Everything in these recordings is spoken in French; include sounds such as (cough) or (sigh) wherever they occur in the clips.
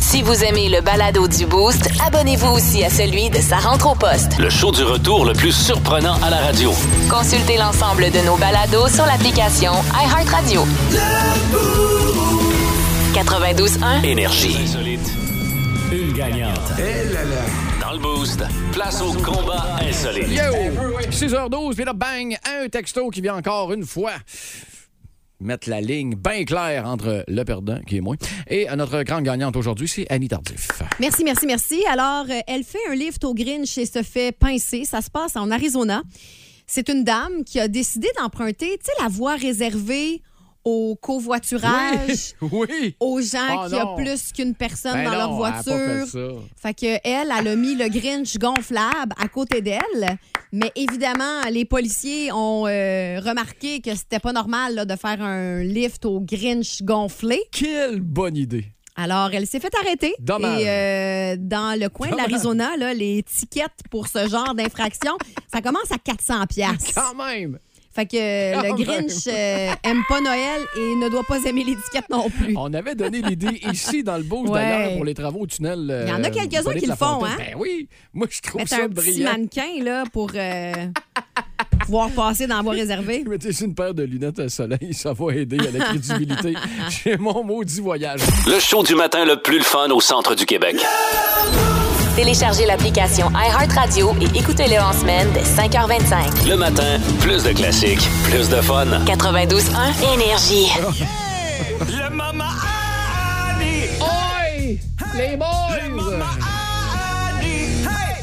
Si vous aimez le balado du Boost, abonnez-vous aussi à celui de sa rentre au poste. Le show du retour le plus surprenant à la radio. Consultez l'ensemble de nos balados sur l'application iHeartRadio. 92.1. Énergie. Insolite. Une gagnante. Dans le boost, place au combat insolite. Yo! 6h12, puis là, bang, un texto qui vient encore une fois mettre la ligne bien claire entre le perdant, qui est moi, et notre grande gagnante aujourd'hui, c'est Annie Tardif. Merci, merci, merci. Alors, euh, elle fait un lift au Grinch et se fait pincer. Ça se passe en Arizona. C'est une dame qui a décidé d'emprunter, tu sais, la voie réservée au covoiturage, Oui! (laughs) (laughs) aux gens Oh qui non. ont plus qu'une personne Ben dans leur non, elle a pas fait voiture. ça. Fait que elle, elle a mis le Grinch gonflable à côté d'elle. Mais évidemment, les policiers ont euh, remarqué que c'était pas normal là, de faire un lift au Grinch gonflé. Quelle bonne idée! Alors, elle s'est fait arrêter. Dommage. Et euh, dans le coin de l'Arizona, là, les tickets pour ce genre d'infraction, ça commence à 400 pièces. Quand même! Fait que euh, Quand le Grinch euh, aime pas Noël et ne doit pas aimer les tickets non plus. On avait donné (laughs) l'idée ici, dans le Beauce, Ouais. d'ailleurs, pour les travaux au tunnel. euh, Il y en a quelques-uns Vallée de qui la le font, Fontaine. hein? Ben oui! Moi, je trouve Mettre ça un petit brillant. mannequin là, pour euh, pouvoir passer dans la voie réservée. (laughs) Mettez une paire de lunettes à soleil, ça va aider à la (laughs) crédibilité chez mon maudit voyage. Le show du matin le plus le fun au centre du Québec. Téléchargez l'application iHeartRadio et écoutez-le en semaine dès 5h25. Le matin, plus de classiques, plus de fun. 92.1. Énergie. Le Mama Annie! Oi! Les boys! Hey!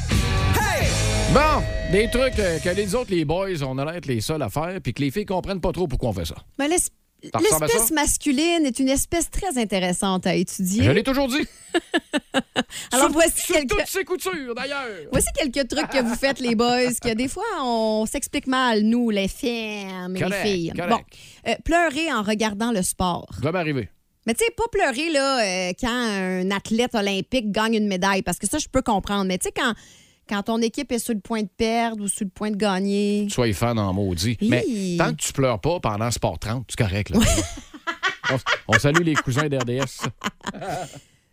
Hey! Bon, des trucs euh, que les autres, les boys, on a l'air d'être les seuls à faire, puis que les filles comprennent pas trop pourquoi on fait ça. Mais l'es- Ça ressemble à l'espèce ça? masculine est une espèce très intéressante à Je étudier. l'ai toujours (laughs) dit. Alors, voici Sur quelques... toutes ses coutures, d'ailleurs. Voici quelques trucs que vous faites, les boys, que des fois, on s'explique mal, nous, les femmes, et Correct, les filles. correct. Bon, euh, pleurer en regardant le sport. Ça va m'arriver. Mais tu sais, pas pleurer là, euh, quand un athlète olympique gagne une médaille, parce que ça, je peux comprendre. Mais tu sais, quand, quand ton équipe est sur le point de perdre ou sur le point de gagner. Sois fan en maudit. Hi. Mais tant que tu pleures pas pendant Sport 30, c'est correct. Là. on, (laughs) on salue les cousins d'RDS.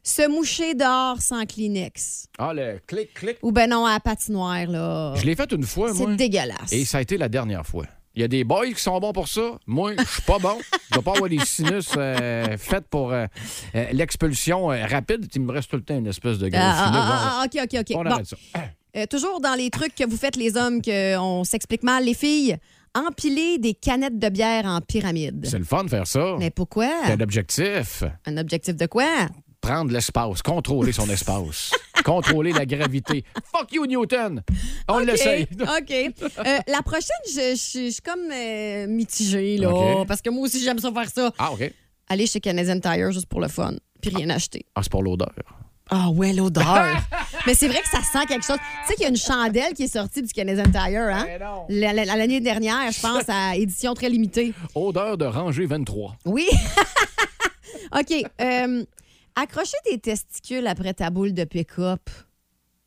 Se moucher dehors sans Kleenex. Ah, le clic, clic. Ou ben non, à la patinoire, là. Je l'ai fait une fois, moi. C'est dégueulasse. Et ça a été la dernière fois. Il y a des boys qui sont bons pour ça. Moi, je suis pas bon. Je dois pas avoir des sinus euh, faits pour euh, euh, l'expulsion euh, rapide. Il me reste tout le temps une espèce de gros Ah, sinus. ah, ah, ah, OK, OK, OK. on Bon. arrête ça. Ah, Euh, toujours dans les trucs que vous faites, les hommes, qu'on s'explique mal, les filles, empiler des canettes de bière en pyramide. C'est le fun de faire ça. Mais pourquoi? C'est l'objectif. Un objectif de quoi? Prendre l'espace, contrôler (laughs) son espace, contrôler la gravité. Fuck you, Newton! On l'essaye. (laughs) OK. Euh, la prochaine, je, je- je suis comme euh, mitigée, là, OK. parce que moi aussi, j'aime ça faire ça. Ah, OK. Aller chez Canadian Tire juste pour le fun, puis rien acheter. Ah, c'est pour l'odeur. Ah ouais, l'odeur. (laughs) Mais c'est vrai que ça sent quelque chose. Tu sais qu'il y a une chandelle qui est sortie du Canadian Tire, hein? Ben La- la- la- L'année dernière, je pense, à édition très limitée. Odeur de rangée 23. Oui. (laughs) OK. euh, accrocher tes testicules après ta boule de pick-up.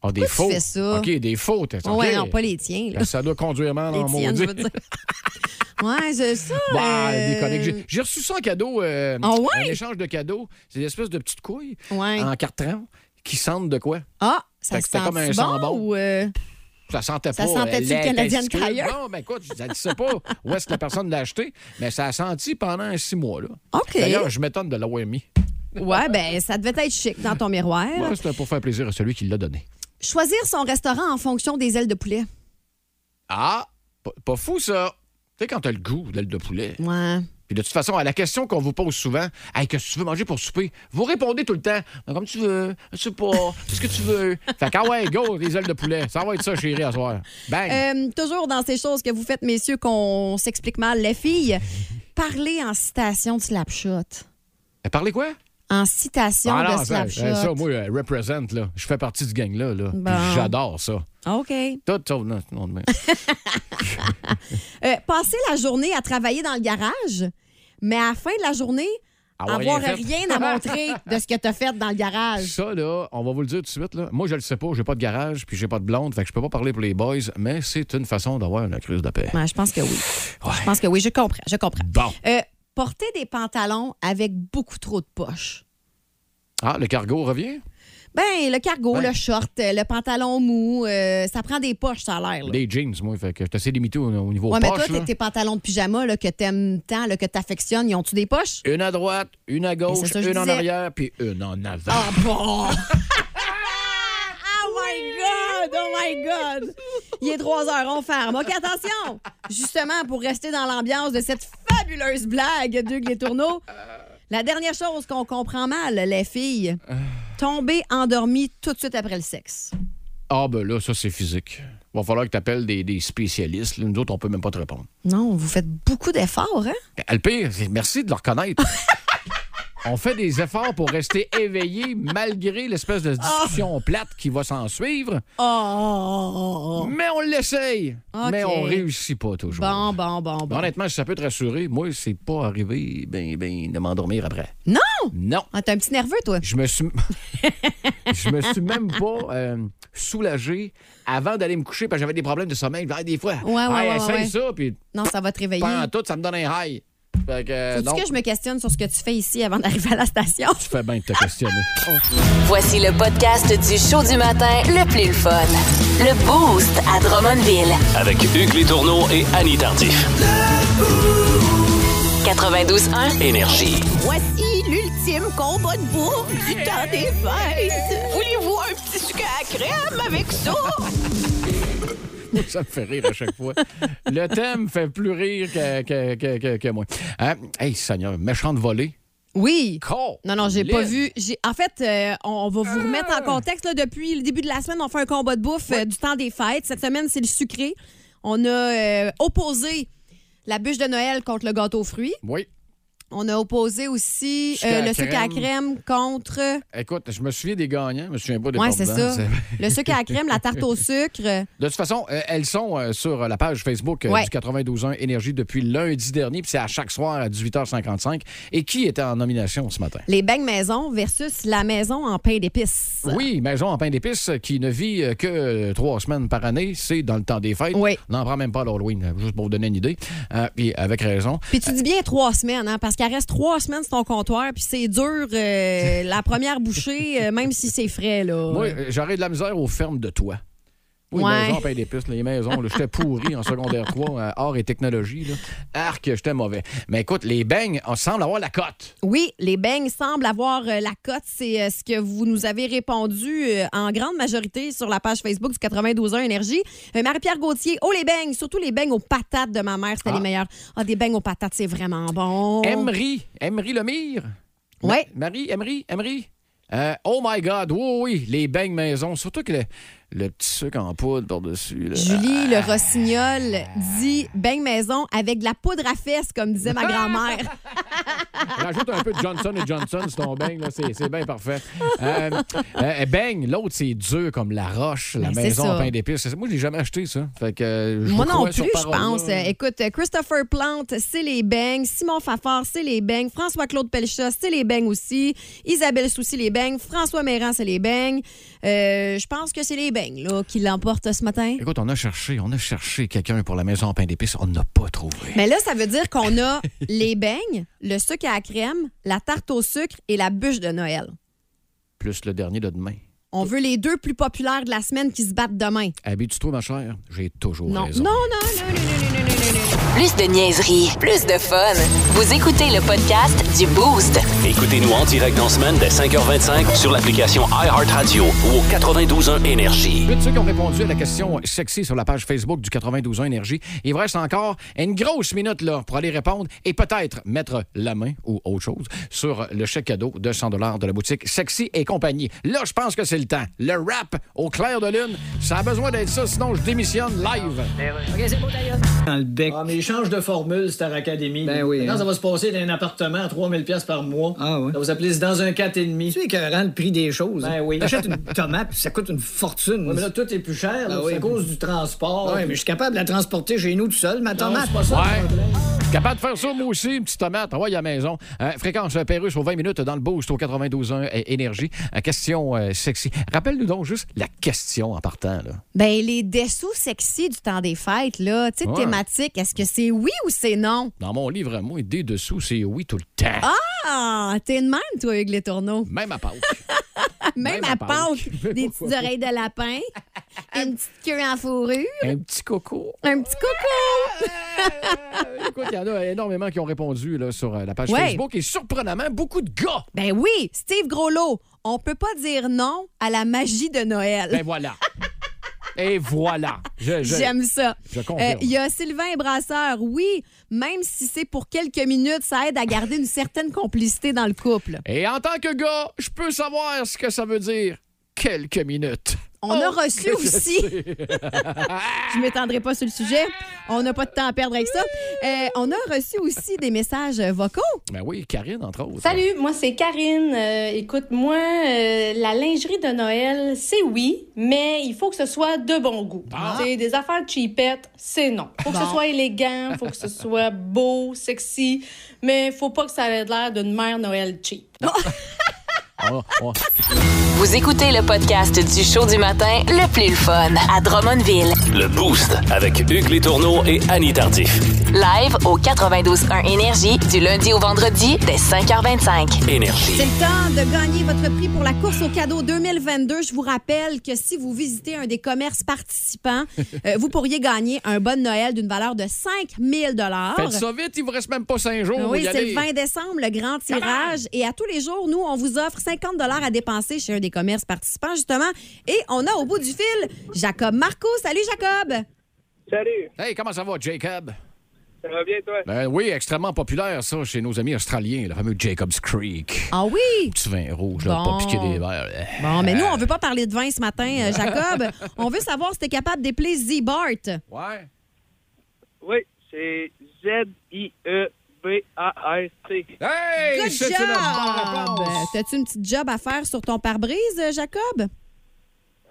Ah, des Pourquoi faux. tu fais ça? OK, des faux. t'es- Ouais, OK. Ah, non, pas les tiens. Là. Ça doit conduire mal en les tiennes, maudit. je veux dire. (laughs) ouais, c'est ça. Bah, euh, déconne. J'ai- J'ai reçu ça en cadeau. euh, Ah ouais? Un échange de cadeaux. C'est une espèce de petite couille Ouais. en carton qui sentent de quoi? Ah, Fait ça que c'était sent comme un bon, sang bon. ou... euh, Ça sentait Ça pas. sentait-tu les le Canadian testicules. Tire? Non, mais écoute, je ne sais pas où est-ce que la personne l'a acheté, mais ça a senti pendant un six mois. Là. OK. D'ailleurs, je m'étonne de l'OMI. Ouais, ben ça devait être chic dans ton miroir. Moi, C'était pour faire plaisir à celui qui l'a donné. Choisir son restaurant en fonction des ailes de poulet. Ah, pas, pas fou ça. Tu sais, quand t'as le goût d'aile de poulet. Ouais. Puis de toute façon, à la question qu'on vous pose souvent, hey, qu'est-ce que tu veux manger pour souper? Vous répondez tout le temps, Ben, comme tu veux, je sais pas, ce que tu veux. Fait qu'ah ouais, go, les ailes de poulet. Ça va être ça, chérie, à soir. Bang! Euh, toujours dans ces choses que vous faites, messieurs, qu'on s'explique mal, les filles, parler en citation de slapshot. Euh, Parlez quoi? En citation Ah non, ça, de slapshot. ça, moi, euh, represent, là. Je fais partie du gang-là, là. Puis Bon. J'adore ça. OK. Tout, tout, non, non, (laughs) mais- Euh, passer la journée à travailler dans le garage, mais à la fin de la journée, Avoir avoir rien fait. (laughs) rien à montrer de ce que tu as fait dans le garage. Ça, là, on va vous le dire tout de suite, là. Moi, je le sais pas, j'ai pas de garage, puis j'ai pas de blonde, fait que je peux pas parler pour les boys, mais c'est une façon d'avoir une crise de paix. Ouais, je pense que oui. Ouais. Je pense que oui, je comprends, je comprends. Bon. Euh, porter des pantalons avec beaucoup trop de poches. Ah, le cargo revient? Ben, le cargo, Ouais. le short, euh, le pantalon mou, euh, ça prend des poches, ça a l'air. là. Des jeans, moi, fait que je suis assez limité au, au niveau Ouais, mais toi, poche. t'es- là. tes pantalons de pyjama là, que t'aimes tant, là, que t'affectionnes, ils ont-tu des poches? Une à droite, une à Mais gauche, c'est ça, je une en disais. arrière, puis une en avant. Ah bon! Ah, oh my God! Oh my God! Il est 3 heures, on ferme. OK, attention! Justement, pour rester dans l'ambiance de cette fabuleuse blague d'Hugues Les Tourneaux, la dernière chose qu'on comprend mal, les filles, tomber endormie tout de suite après le sexe. Ah, ben là, ça, c'est physique. Va falloir que tu appelles des, des spécialistes. là. Nous autres, on peut même pas te répondre. Non, vous faites beaucoup d'efforts, hein? Ben, Le pire, c'est merci de le (laughs) reconnaître. on fait des efforts pour rester éveillé malgré l'espèce de discussion Ah. plate qui va s'en suivre, Oh, oh, oh, oh. mais on l'essaye. Ok. Mais on réussit pas toujours. Bon, bon, bon, Mais bon. Honnêtement, si ça peut te rassurer, moi, c'est pas arrivé ben, ben, de m'endormir après. Non! Non. Ah, T'es un petit nerveux, toi? Je me suis. (laughs) je me suis même pas euh, soulagé avant d'aller me coucher parce que j'avais des problèmes de sommeil. Ah, des fois, ouais, ah, ouais, essaye ouais. ça, puis Non, ça va te réveiller. pendant tout, ça me donne un high. Fait que, euh, non, Faut-tu que je me questionne sur ce que tu fais ici avant d'arriver à la station? tu fais bien de te questionner. Voici le podcast du show du matin le plus le fun. Le Boost à Drummondville. Avec Hugues Létourneau et Annie Tardif. 92.1. Énergie. Voici l'ultime combat de bouffe du temps des fêtes. Voulez-vous un petit sucre à crème avec ça? (laughs) ça me fait rire à chaque fois. Le thème fait plus rire que, que- que- que- que moi. Hein? hey, Seigneur, méchante volée. Oui. Con! Non, non, j'ai Lynn. pas vu. J'ai- En fait, euh, on on va vous remettre Ah! en contexte. là. depuis le début de la semaine, on fait un combat de bouffe euh, du temps des fêtes. Cette semaine, c'est le sucré. On a euh, opposé la bûche de Noël contre le gâteau aux fruits. Oui. On a opposé aussi Sucre euh, à le sucre à la crème. crème contre. Écoute, je me souviens des gagnants, je me souviens pas des Ouais, c'est perdants. ça. Le sucre à la crème, la tarte au sucre. De toute façon, euh, elles sont euh, sur euh, la page Facebook euh, Ouais. du 92.1 Énergie depuis lundi dernier, puis c'est à chaque soir à 18h55. Et qui était en nomination ce matin? Les beignes maison versus la maison en pain d'épices. Oui, Maison en pain d'épices euh, qui ne vit euh, que euh, trois semaines par année. C'est dans le temps des fêtes. Oui. On n'en prend même pas à l'Halloween, euh, juste pour vous donner une idée. Euh, puis avec raison. Puis tu dis bien trois semaines, hein, parce qu'il reste trois semaines sur ton comptoir, puis c'est dur euh, la première bouchée, euh, même si c'est frais. Là. Moi, euh, j'aurais de la misère aux fermes de toit. Oui, Ouais. maison en pain d'épices, les maisons. là, J'étais pourri en secondaire 3, euh, art et technologie. là. Arc, j'étais mauvais. Mais écoute, les beignes, on semble avoir la cote. Oui, les beignes semblent avoir euh, la cote. C'est euh, ce que vous nous avez répondu euh, en grande majorité sur la page Facebook du 92.1 Énergie. Euh, Marie-Pierre Gauthier, oh les beignes, surtout les beignes aux patates de ma mère, c'était Ah. les meilleurs. Ah, des beignes aux patates, c'est vraiment bon. Emery, Emery Lemire. Ma- Oh. Ouais. Marie, Emery, Emery. Euh, oh my God, oui, oui, les beignes maison. Surtout que le, le petit sucre en poudre par-dessus. là. Julie, le rossignol, dit beignes maison avec de la poudre à fesses, comme disait ma grand-mère. Rajoute un peu de Johnson Johnson sur ton beigne, là, c'est c'est bien parfait. Euh, euh, beigne, l'autre, c'est dur comme la roche, la Ben, c'est maison ça. en pain d'épices. C'est- Moi, je l'ai jamais acheté, ça. Fait que, euh, je Moi vous non crois plus, sur je parole, là. pense. Euh, Écoute, euh, Christopher Plante, c'est les beignes. Simon Fafard, c'est les beignes. François-Claude Pelcha, c'est les beignes aussi. Isabelle Soucy, les beignes. François Méran, c'est les beignes. Euh, je pense que c'est les beignes là, qui l'emportent ce matin. Écoute, on a cherché, on a cherché quelqu'un pour la maison en pain d'épices. On n'a pas trouvé. Mais là, ça veut dire (laughs) qu'on a les beignes, le sucre à la crème, la tarte au sucre et la bûche de Noël. Plus le dernier de demain. On veut les deux plus populaires de la semaine qui se battent demain. Habite-toi, ma chère. J'ai toujours Non. raison. Non, non, non, non, non, non, non, non, non. Plus de niaiserie, plus de fun. Vous écoutez le podcast du Boost. Écoutez-nous en direct en semaine dès 5h25 sur l'application iHeartRadio ou au 92.1 Énergie. Huit de ceux qui ont répondu à la question sexy sur la page Facebook du 92.1 Énergie. Il vous reste encore une grosse minute là pour aller répondre et peut-être mettre la main ou autre chose sur le chèque cadeau de 100 de la boutique Sexy et compagnie. Là, je pense que c'est le temps. Le rap au clair de lune, ça a besoin d'être ça, sinon je démissionne live. dans le bec. Ah, mais ils changent de formule, Star Academy. Ben oui, Maintenant, hein. ça va se passer d'un appartement à 3000 pièces par mois. Ah ouais. Ça va s'appeler dans un 4,5. Tu sais écœurant le prix des choses. Ben oui. T'achètes une (laughs) tomate, puis ça coûte une fortune. Ouais, mais là, tout est plus cher. là, Ah c'est oui. à cause du transport. Ouais, mais je suis capable de la transporter chez nous tout seul, ma Non, tomate. c'est pas ça. le problème. Capable de faire ça, moi aussi, une petite tomate. Envoyez à la maison. Euh, fréquence euh, Pérus aux 20 minutes dans le boost au 92.1 et Énergie. Euh, question euh, sexy. Rappelle-nous donc juste la question en partant. Là. Ben, les dessous sexy du temps des fêtes, là, tu sais, Ouais. thématique, est-ce que c'est oui ou c'est non? Dans mon livre à moi, des dessous, c'est oui tout le temps. Ah, t'es de même, toi, Hugues Les Tourneaux. Même à Pâques. (laughs) Même, Même à (laughs) à Pâques, Pâques. des petites oreilles (laughs) de lapin, une petite queue en fourrure, Un petit coco. Ah! un petit coucou. Écoute, il y en a énormément qui ont répondu là, sur euh, la page Ouais. Facebook et surprenamment, beaucoup de gars. Ben oui, Steve Groslot, on peut pas dire non à la magie de Noël. Ben voilà. et voilà. Je- je- J'aime ça. je confirme. Euh, Il y a Sylvain Brasseur. Oui, même si c'est pour quelques minutes, ça aide à garder une certaine complicité dans le couple. Et en tant que gars, je peux savoir ce que ça veut dire. Quelques minutes. On Oh, (laughs) a reçu aussi. (laughs) je m'étendrai pas sur le sujet. On n'a pas de temps à perdre avec ça. Euh, on a reçu aussi des messages vocaux. Ben oui, Karine, entre autres. Salut, moi c'est Karine. Euh, écoute, moi, euh, la lingerie de Noël, c'est oui, mais il faut que ce soit de bon goût. C'est des affaires cheapettes, c'est non. Faut que ce soit élégant, faut que ce soit beau, sexy, mais faut pas que ça ait l'air d'une mère Noël cheap. On- on- Vous écoutez le podcast du show du matin le plus le fun à Drummondville. Le Boost avec Hugues Létourneau et Annie Tardif. Live au 92.1 Énergie du lundi au vendredi dès 5h25. Énergie. C'est le temps de gagner votre prix pour la course au cadeau 2022. Je vous rappelle que si vous visitez un des (laughs) commerces participants, euh, vous pourriez gagner un bon Noël d'une valeur de 5 000 Faites ça vite, il vous reste même pas cinq jours. Ben Oui, y c'est aller. le 20 décembre, le grand tirage. Et à tous les jours, nous, on vous offre 50 à dépenser chez un des commerces participants, justement. Et on a au bout du fil Jacob Marco. Salut, Jacob! Salut, Hey, comment ça va, Jacob? ça va bien toi? Ben oui, extrêmement populaire, ça, chez nos amis australiens, le fameux Jacob's Creek. Ah oui! Petit vin rouge, là, Bon. pas piqué des verres. Bon, mais nous, on veut pas parler de vin ce matin, (laughs) euh, Jacob. on veut savoir si t'es capable d'épeler Z-Bart. Ouais. Oui, c'est E Z-I-E-B-A-R-T. Hey! Good c'est job! une bonne réponse. Euh, T'as-tu une petite job à faire sur ton pare-brise, euh, Jacob?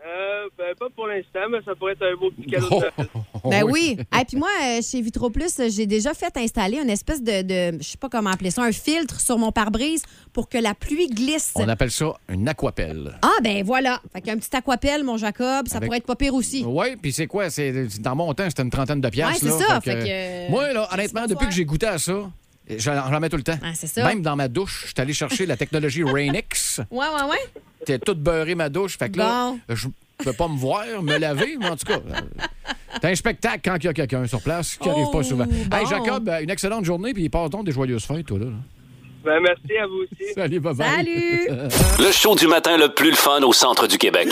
Euh, ben, pas pour l'instant, mais ça pourrait être un beau petit cadeau. Oh, de Noël. Ben oui. (laughs) Et puis moi, euh, chez Vitroplus, euh, j'ai déjà fait installer une espèce de, de- je sais pas comment appeler ça, un filtre sur mon pare-brise pour que la pluie glisse. On appelle ça une aquapelle. Ah ben voilà. Fait qu'un petit aquapelle, mon Jacob, ça Avec- Oh. pourrait être pas pire aussi. Oui, puis c'est quoi? C'est, dans mon temps, c'était une trentaine de piastres. Ouais, c'est là. ça, fait que- Moi, là, honnêtement, depuis que j'ai goûté à ça, j'en j'en mets tout le temps. Ouais, c'est ça. Même dans ma douche, je suis allé chercher la technologie Rainix. Ouais, ouais, ouais. T'es toute beurrée ma douche. Fait que là, Bon. je peux pas me voir, me laver, mais en tout cas. euh, T'as un spectacle quand il y a quelqu'un sur place, ce qui n'arrive Oh, pas souvent. Hey, bon. Jacob, euh, une excellente journée, puis passe donc des joyeuses fêtes, toi, là. Ben, merci à vous aussi. Salut, bye Salut! Le show du matin le plus le fun au centre du Québec.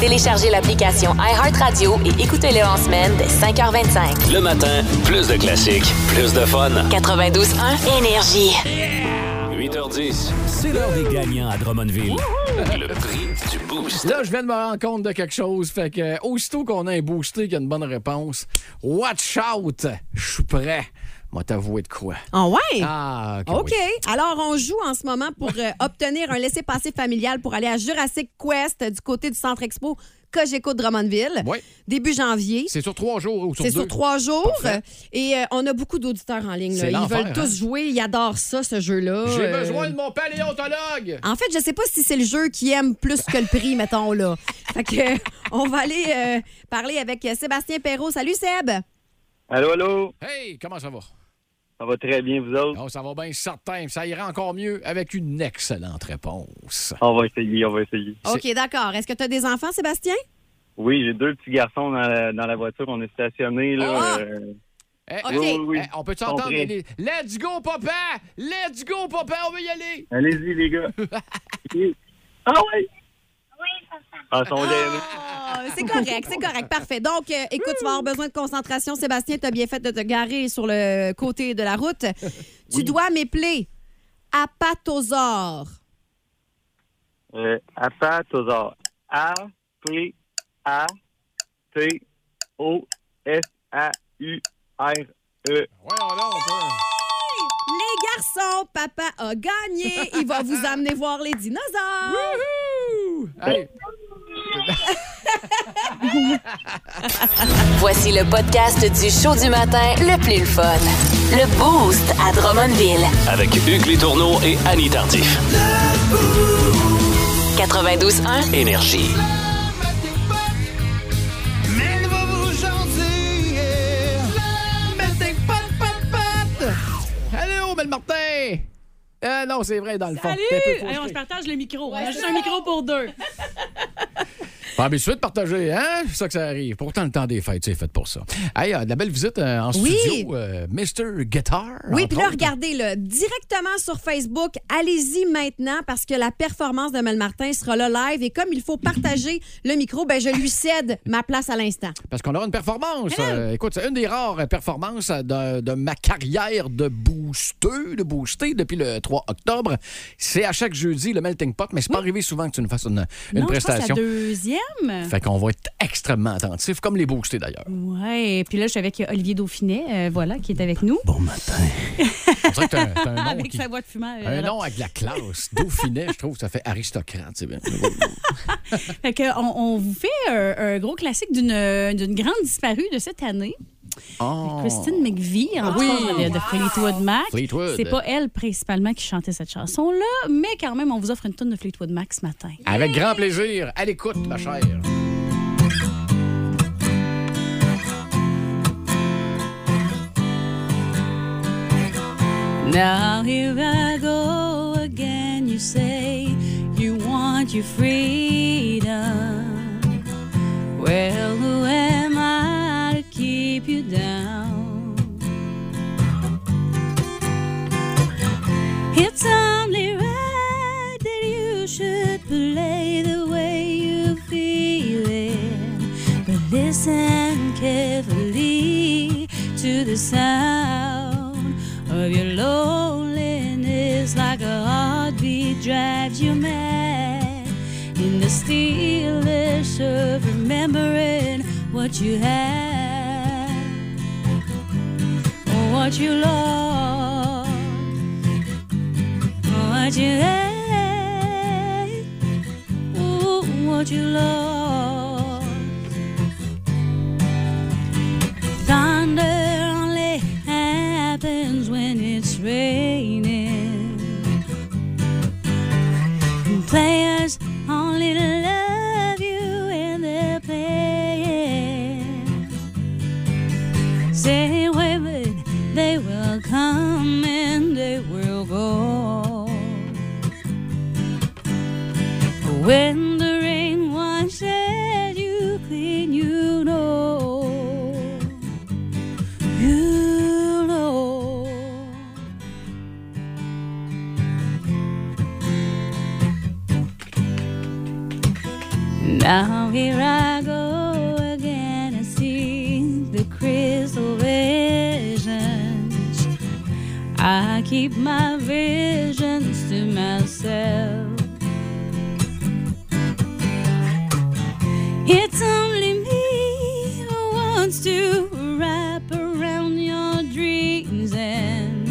Téléchargez l'application iHeartRadio et écoutez-le en semaine dès 5h25. Le matin, plus de classiques, plus de fun. 92.1 Énergie. 8h10, c'est l'heure des gagnants à Drummondville. Le prix du boost. Là, je viens de me rendre compte de quelque chose. Fait que, euh, aussitôt qu'on a un boosté qui a une bonne réponse, watch out! Je suis prêt. Moi, t'avouer de quoi? Ah ouais? Ah, ok. OK. oui. Alors, on joue en ce moment pour (laughs) euh, obtenir un laissez-passer familial pour aller à Jurassic Quest euh, du côté du Centre Expo Cogeco de Drummondville. Ouais. Début janvier. C'est sur trois jours ou sur deux? C'est sur trois jours. Parfait. Et euh, on a beaucoup d'auditeurs en ligne. là. C'est Ils l'enfer, veulent tous hein? jouer. Ils adorent ça, ce jeu-là. J'ai Euh, besoin de mon paléontologue! En fait, je sais pas si c'est le jeu qui aime plus que le prix, (laughs) mettons, là. Fait que, euh, on va aller euh, parler avec euh, Sébastien Perrault. Salut, Seb! Allô, allô? Hey, comment ça va? Ça va très bien, vous autres? Oh, ça va bien, certain. Ça ira encore mieux avec une excellente réponse. On va essayer, on va essayer. OK, d'accord. Est-ce que tu as des enfants, Sébastien? Oui, j'ai deux petits garçons dans la, dans la voiture. On est stationnés, là. Ah! euh, Eh, OK. eh, oui, oui, oui. eh, on peut Ils sont s'entendre? prêts. les- Let's go, papa! Let's go, papa! On veut y aller! Allez-y, les gars. Oui. ah oui! Ah, sont gênés. Ah, c'est correct, c'est correct. Parfait. Donc, euh, écoute, tu vas avoir besoin de concentration. Sébastien, tu as bien fait de te garer sur le côté de la (laughs) route. Tu dois m'épeler apatosaure. Euh, apatosaure. A, P, A, T, O, S, A, U, R, E. Ouais, on l'a, on peut. Les garçons, papa a gagné. (laughs) Oh. Il va vous amener voir les dinosaures. Wouhou! Hey. Voici le podcast du show du matin le plus le fun. Le Boost à Drummondville. Avec Hugues Létourneau et Annie Tardif. 92.1. Énergie. Elle va vous chanter. Allô, Mel Martin! Euh, non, c'est vrai, dans le fond. Salut! T'es peu Hey, on frustré. se partage le micro. Ouais, hein, c'est Juste un ça. micro pour deux. Pas habitué de partager, hein? C'est ça que ça arrive. Pourtant, le temps des fêtes, c'est fait pour ça. Hey, euh, de la belle visite euh, en Oui. studio, euh, Mr. Guitar. Oui, entre puis là, autres. regardez, là, directement sur Facebook, allez-y maintenant parce que la performance de Mel Martin sera là live et comme il faut partager le micro, ben je lui cède ma place à l'instant. Parce qu'on aura une performance. Euh, écoute, c'est une des rares euh, performances de, de ma carrière de boosteux, de boosté depuis le 3 octobre. C'est à chaque jeudi le melting pot, mais c'est pas arrivé souvent que tu nous fasses une, une Non, je pense à hein. prestation. la deuxième. Fait qu'on va être extrêmement attentifs, comme les boostés d'ailleurs. Mm. Ouais, puis là, je suis avec Olivier Dauphinet, euh, voilà, qui est avec nous. Bon matin. On dirait que t'as un- (laughs) t'as un nom avec qui- Euh, sa voix de fumeur. Un nom avec de la classe. Dauphinet, je trouve, ça fait aristocrate. c'est bien. (laughs) Fait que on, on vous fait euh, un, un gros classique d'une euh, d'une grande disparue de cette année. Oh. Christine McVie, en Oui. de, de Fleetwood Mac. Fleetwood. C'est pas elle principalement qui chantait cette chanson-là, mais quand même, on vous offre une tonne de Fleetwood Mac ce matin. Avec grand plaisir. À l'écoute, ma chère. Now here I go again, you say you want your freedom. Well, who am I to keep you down? It's only right that you should play the way you feel it. But listen carefully to the sound of your loneliness, like a heartbeat drives you mad. In the stillness of remembering what you had, or what you lost what you hate, ooh, what you lost. Thunder only happens when it's raining. Players only love you when they're playing. Say women, they will come and they will go. When the rain once said you clean, you know, you know. Now here I go again and see the crystal visions. I keep my visions to myself. It's only me who wants to wrap around your dreams and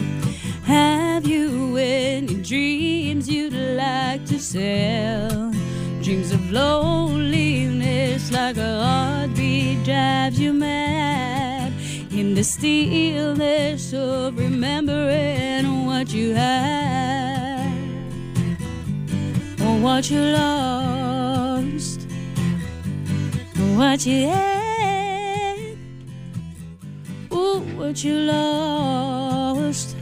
have you any dreams you'd like to sell? Dreams of loneliness, like a heartbeat, drives you mad. In the stillness of remembering what you had, or what you lost, or what you had, ooh, what you lost.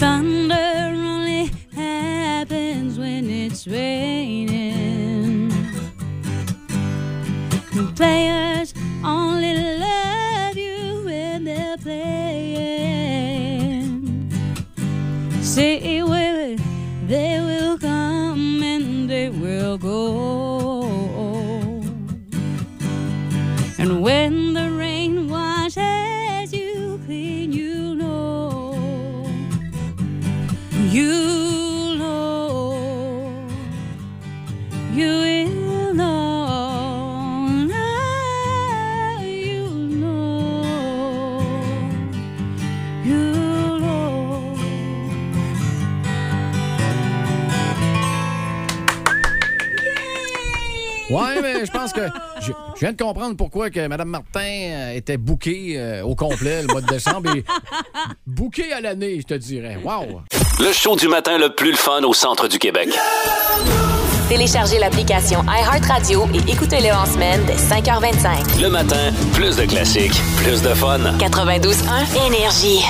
Thunder only happens when it's raining. The players only love you when they're playing. Say where they will come and they will go. And when the rain washes you clean, you know, you know, you will know, now you know, you know. Ouais, mais je pense que je, je viens de comprendre pourquoi que Mme Martin euh, était bouquée au complet le mois de décembre et bouquée à l'année, je te dirais. Wow! Le show du matin le plus le fun au centre du Québec. Téléchargez l'application iHeartRadio et écoutez-le en semaine dès 5h25. Le matin, plus de classiques, plus de fun. 92.1 Énergie.